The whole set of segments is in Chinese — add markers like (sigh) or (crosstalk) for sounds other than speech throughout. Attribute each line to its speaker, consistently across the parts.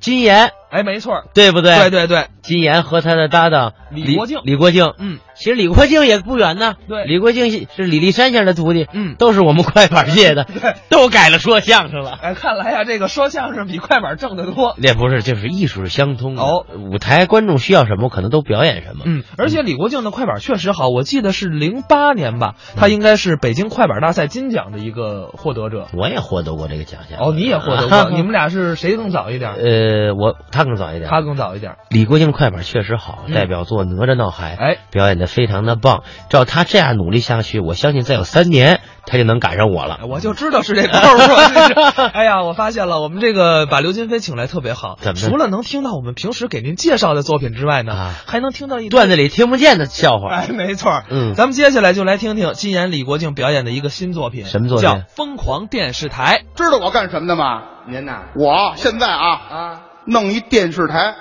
Speaker 1: 金岩，
Speaker 2: 哎，没错儿，
Speaker 1: 对不对？
Speaker 2: 对对对，
Speaker 1: 金岩和他的搭档
Speaker 2: 李
Speaker 1: 李
Speaker 2: 国敬
Speaker 1: 李国敬，
Speaker 2: 嗯
Speaker 1: 其实李国敬也不远呢。
Speaker 2: 对
Speaker 1: 李国敬是李立山先生的徒弟，
Speaker 2: 嗯，
Speaker 1: 都是我们快板界
Speaker 2: (laughs)
Speaker 1: 的，
Speaker 2: 对，
Speaker 1: 都改了说相声 (laughs) 了。
Speaker 2: 哎，看来呀、这个说相声比快板挣得多。
Speaker 1: 那不是，就是艺术是相通的。
Speaker 2: 哦，
Speaker 1: 舞台观众需要什么，可能都表演什么。
Speaker 2: 嗯，而且李国庆的快板确实好，我记得是零八年吧，他应该是北京快板大赛金奖的一个获得者。
Speaker 1: 我也获得过这个奖项。
Speaker 2: 哦，你也获得
Speaker 1: 啊 (laughs)
Speaker 2: 过，你们俩是谁更早一点？
Speaker 1: 呃，我他更早一点。
Speaker 2: 他更早一点。
Speaker 1: 李国庆快板确实好，
Speaker 2: 嗯
Speaker 1: 代表作《哪吒闹海》
Speaker 2: 哎，
Speaker 1: 表演的非常的棒。照他这样努力下去，我相信再有三年他就能赶上我了。
Speaker 2: 我就知道是这高手。我真是哎呀，我发现了，我们这个把刘金飞请来特别好
Speaker 1: 怎，么着
Speaker 2: 除了能听到我们平时给您介绍的作品之外呢，
Speaker 1: 啊
Speaker 2: 还能听到一
Speaker 1: 段子里听不见的笑话，
Speaker 2: 哎，没错儿，
Speaker 1: 嗯
Speaker 2: 咱们接下来就来听听金岩李国庆表演的一个新作品，
Speaker 1: 什么作品
Speaker 2: 叫《疯狂电视台》。
Speaker 3: 知道我干什么的吗？
Speaker 4: 您呐
Speaker 3: 我啊现在啊
Speaker 4: 啊，
Speaker 3: 弄一电视台，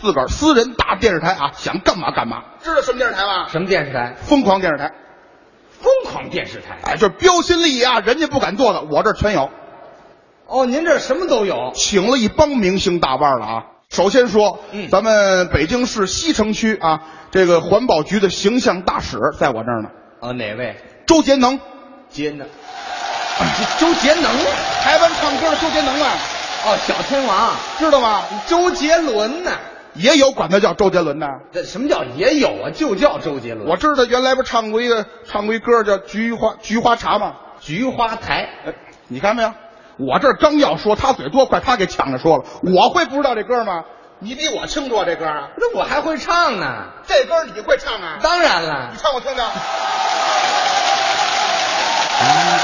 Speaker 3: 自个儿私人大电视台啊，想干嘛干嘛。知道什么电视台吗？
Speaker 4: 什么电视台？
Speaker 3: 疯狂电视台。
Speaker 4: 疯狂电视台。
Speaker 3: 哎，这标新立异啊，人家不敢做的，我这儿全有。
Speaker 4: 哦，您这什么都有。
Speaker 3: 请了一帮明星大腕儿了啊。首先说，
Speaker 4: 嗯
Speaker 3: 咱们北京市西城区啊，这个环保局的形象大使在我这儿呢。
Speaker 4: 哦，哪位？
Speaker 3: 周杰能，
Speaker 4: 杰能， (laughs) 周杰能。
Speaker 3: 台湾唱歌的周杰能啊，
Speaker 4: 哦，小天王，
Speaker 3: 知道吗？
Speaker 4: 周杰伦呐。
Speaker 3: 也有管他叫周杰伦的。
Speaker 4: 这什么叫也有啊？就叫周杰伦。
Speaker 3: 我知道原来不唱过一个唱过一歌叫《菊花菊花茶》吗？
Speaker 4: 菊花台，呃
Speaker 3: 哎，你看没有？我这儿刚要说，他嘴多快，他给抢着说了。我会不知道这歌吗？你比我清楚啊，这歌啊，
Speaker 4: 那我还会唱呢。
Speaker 3: 这歌你会唱啊？
Speaker 4: 当然了
Speaker 3: 你。唱我听听。
Speaker 4: 菊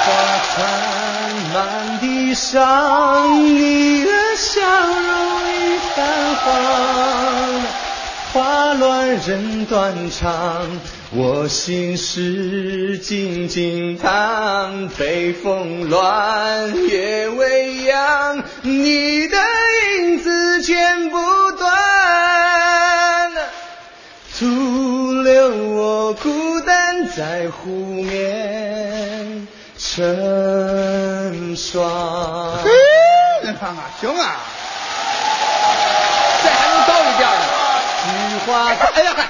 Speaker 4: 花灿烂地上，你的笑容已泛黄，花乱人断肠，我心事静静躺，北风乱，夜未央，你的影子剪不断。徒留我孤单在湖面成双。
Speaker 3: 嘿，你看看，行啊。
Speaker 4: 这还能高一调呢？菊花，哎呀，嗨，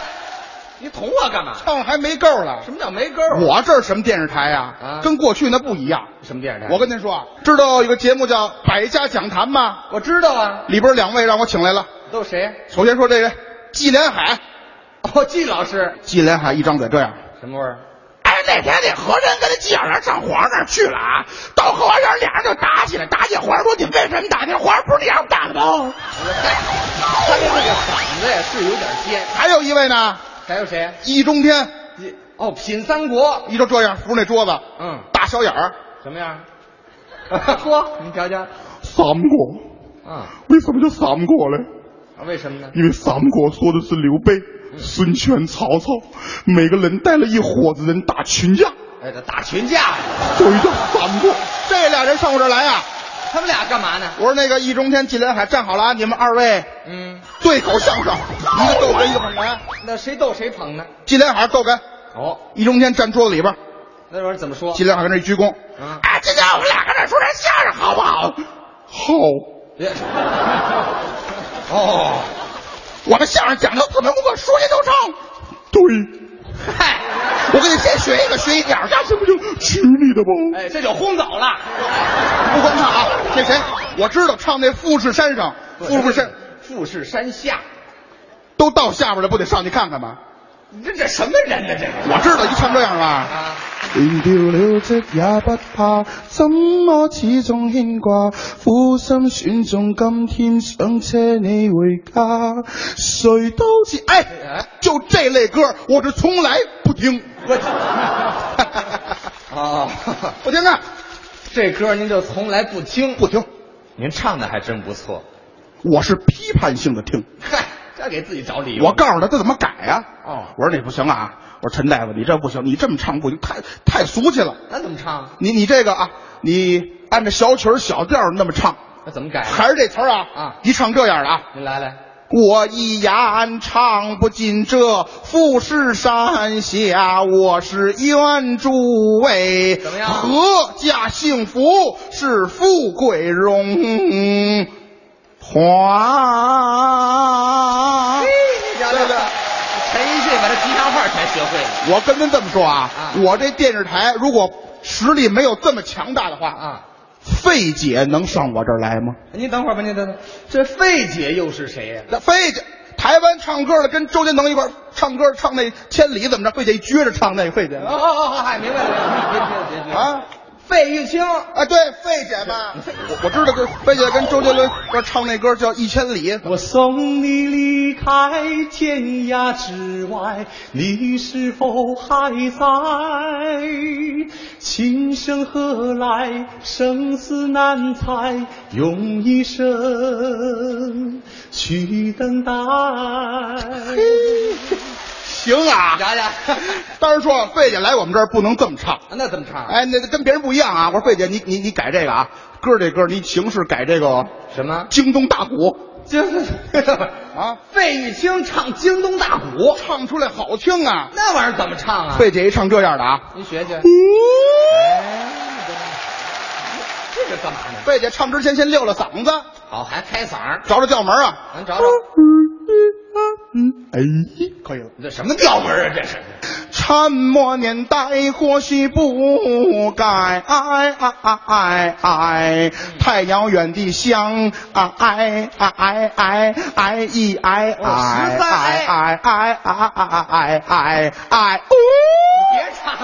Speaker 4: 你捅我干嘛？
Speaker 3: 唱还没够了
Speaker 4: 什。么叫没钩儿？
Speaker 3: 我这儿什么电视台呀、
Speaker 4: 啊哎
Speaker 3: 跟过去那不一样。
Speaker 4: 什么电视台？
Speaker 3: 我跟您说啊，知道有个节目叫《百家讲坛》吗？
Speaker 4: 我知道啊，
Speaker 3: 里边两位让我请来了。
Speaker 4: 都是谁呀？
Speaker 3: 首先说这人，纪连海。
Speaker 4: 哦，季老师，
Speaker 3: 纪连海一张嘴这样。
Speaker 4: 什么味儿？
Speaker 3: 哎，那天那和珅跟那纪晓岚上皇上那儿去了啊，到后花园俩人就打起来，打起来皇上说你为什么打架？皇上不是你让我打的吗？
Speaker 4: 他这个嗓子呀是有点尖。
Speaker 3: (laughs) 还有一位呢，
Speaker 4: 还有谁？
Speaker 3: 易中天，
Speaker 4: 你哦，品三国。
Speaker 3: 一就这样扶着那桌子，
Speaker 4: 嗯，
Speaker 3: 大小眼儿，
Speaker 4: 什么样？ (laughs) 嚯，你瞧瞧，
Speaker 3: 三国
Speaker 4: 嗯。
Speaker 3: 为什么叫三国嘞？
Speaker 4: 啊，为什么呢？
Speaker 3: 因为三国说的是刘备、孙权、曹操，每个人带了一伙子人打群架，
Speaker 4: 哎，这打群架呀！
Speaker 3: 所以叫三国。这俩人上我这儿来啊！
Speaker 4: 他们俩干嘛呢？
Speaker 3: 我说那个易中天、纪连海站好了啊，你们二位
Speaker 4: 嗯，
Speaker 3: 对口相声，一个逗哏，一个捧哏。
Speaker 4: 那谁逗谁捧呢？
Speaker 3: 纪连海逗哏，
Speaker 4: 哦，
Speaker 3: 易中天站桌子里边，
Speaker 4: 那玩意儿怎么说
Speaker 3: 纪？连海跟这一鞠躬。
Speaker 4: 啊，
Speaker 3: 哎，今天我们俩跟这说点相声好不好？好， (laughs)
Speaker 4: 别哦，
Speaker 3: 我们相声讲究四门功课，说学逗唱。对，
Speaker 4: 嗨，
Speaker 3: 我给你先学一个，学一点儿，那行不行？娶你的吧。
Speaker 4: 哎，这就轰走了。
Speaker 3: 不光唱啊，那谁，我知道唱那富士山上，富士山
Speaker 4: 富士山下，
Speaker 3: 都到下边了，不得上去看看吗？
Speaker 4: 你这这什么人呢？这是
Speaker 3: 我知道一唱这样吧，
Speaker 4: 啊，
Speaker 3: 连掉了职也不怕，怎么始终牵挂？苦心选中今天想车你回家，谁都记哎
Speaker 4: 哎，
Speaker 3: 就这类歌我是从来不听，
Speaker 4: 哦，
Speaker 3: 不听啊，
Speaker 4: 这歌您就从来不听，
Speaker 3: 不听，
Speaker 4: 您唱的还真不错。
Speaker 3: 我是批判性的听。
Speaker 4: 嗨，这给自己找理由。
Speaker 3: 我告诉他他怎么改啊？
Speaker 4: 哦
Speaker 3: 我说你不行啊！我说陈大夫，你这不行，你这么唱不行，太太俗气了。
Speaker 4: 那怎么唱？
Speaker 3: 你你这个啊，你按照小曲儿小调儿那么唱，
Speaker 4: 那怎么改？
Speaker 3: 还是这词儿啊？
Speaker 4: 啊
Speaker 3: 一唱这样的啊。
Speaker 4: 您来来，
Speaker 3: 我一言唱不尽这富士山下，我是愿诸位
Speaker 4: 怎么样
Speaker 3: 阖家幸福是富贵荣。花。
Speaker 4: 你瞧这个， (laughs) 陈奕迅把哎这吉他话全学会了。
Speaker 3: 我跟您这么说啊，
Speaker 4: 啊
Speaker 3: 我这电视台如果实力没有这么强大的话
Speaker 4: 啊，
Speaker 3: 费姐能上我这儿来吗？
Speaker 4: 您等会儿吧，您等等，这费姐又是谁呀、
Speaker 3: 那费姐，台湾唱歌的跟周杰伦一块儿唱歌唱那《千里》怎么着？费姐一撅着唱那费姐
Speaker 4: 哦哦哦，嗨，明白了，别别别别
Speaker 3: 啊，
Speaker 4: 费玉清，
Speaker 3: 啊，对，费姐嘛，我我知道，就是费姐跟周杰伦要唱那歌叫《一千里》，
Speaker 5: 我送你离开天涯之外，你是否还在？琴声何来？生死难猜，用一生去等待。
Speaker 3: 行啊
Speaker 4: 你。瞧瞧，
Speaker 3: (laughs) 当时说费姐来我们这儿不能这么唱，
Speaker 4: 啊那怎么唱？
Speaker 3: 哎，那跟别人不一样啊。我说费姐，你你你改这个啊，歌这歌你形式改这个
Speaker 4: 什么？
Speaker 3: 京东大鼓
Speaker 4: 就是
Speaker 3: (laughs)
Speaker 4: (laughs)
Speaker 3: 啊，
Speaker 4: 费玉清唱京东大鼓，
Speaker 3: 唱出来好听啊。
Speaker 4: 那玩意儿怎么唱啊？
Speaker 3: 费姐一唱这样的啊，
Speaker 4: 您学学。这是干嘛呢？
Speaker 3: 费姐唱之前先溜了嗓子，
Speaker 4: 好，还开嗓儿，
Speaker 3: 找找调门啊。
Speaker 4: 咱找找，
Speaker 3: 哎，可以了。
Speaker 4: 你这什么调门啊？这是
Speaker 3: 沉默年代或许不该，哎哎哎哎哎，太遥远的乡，哎哎哎哎哎一哎哎哎哎哎哎哎哎哎哎，
Speaker 4: 别唱了。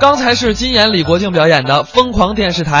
Speaker 2: 刚才是金岩李国庆表演的《疯狂电视台》，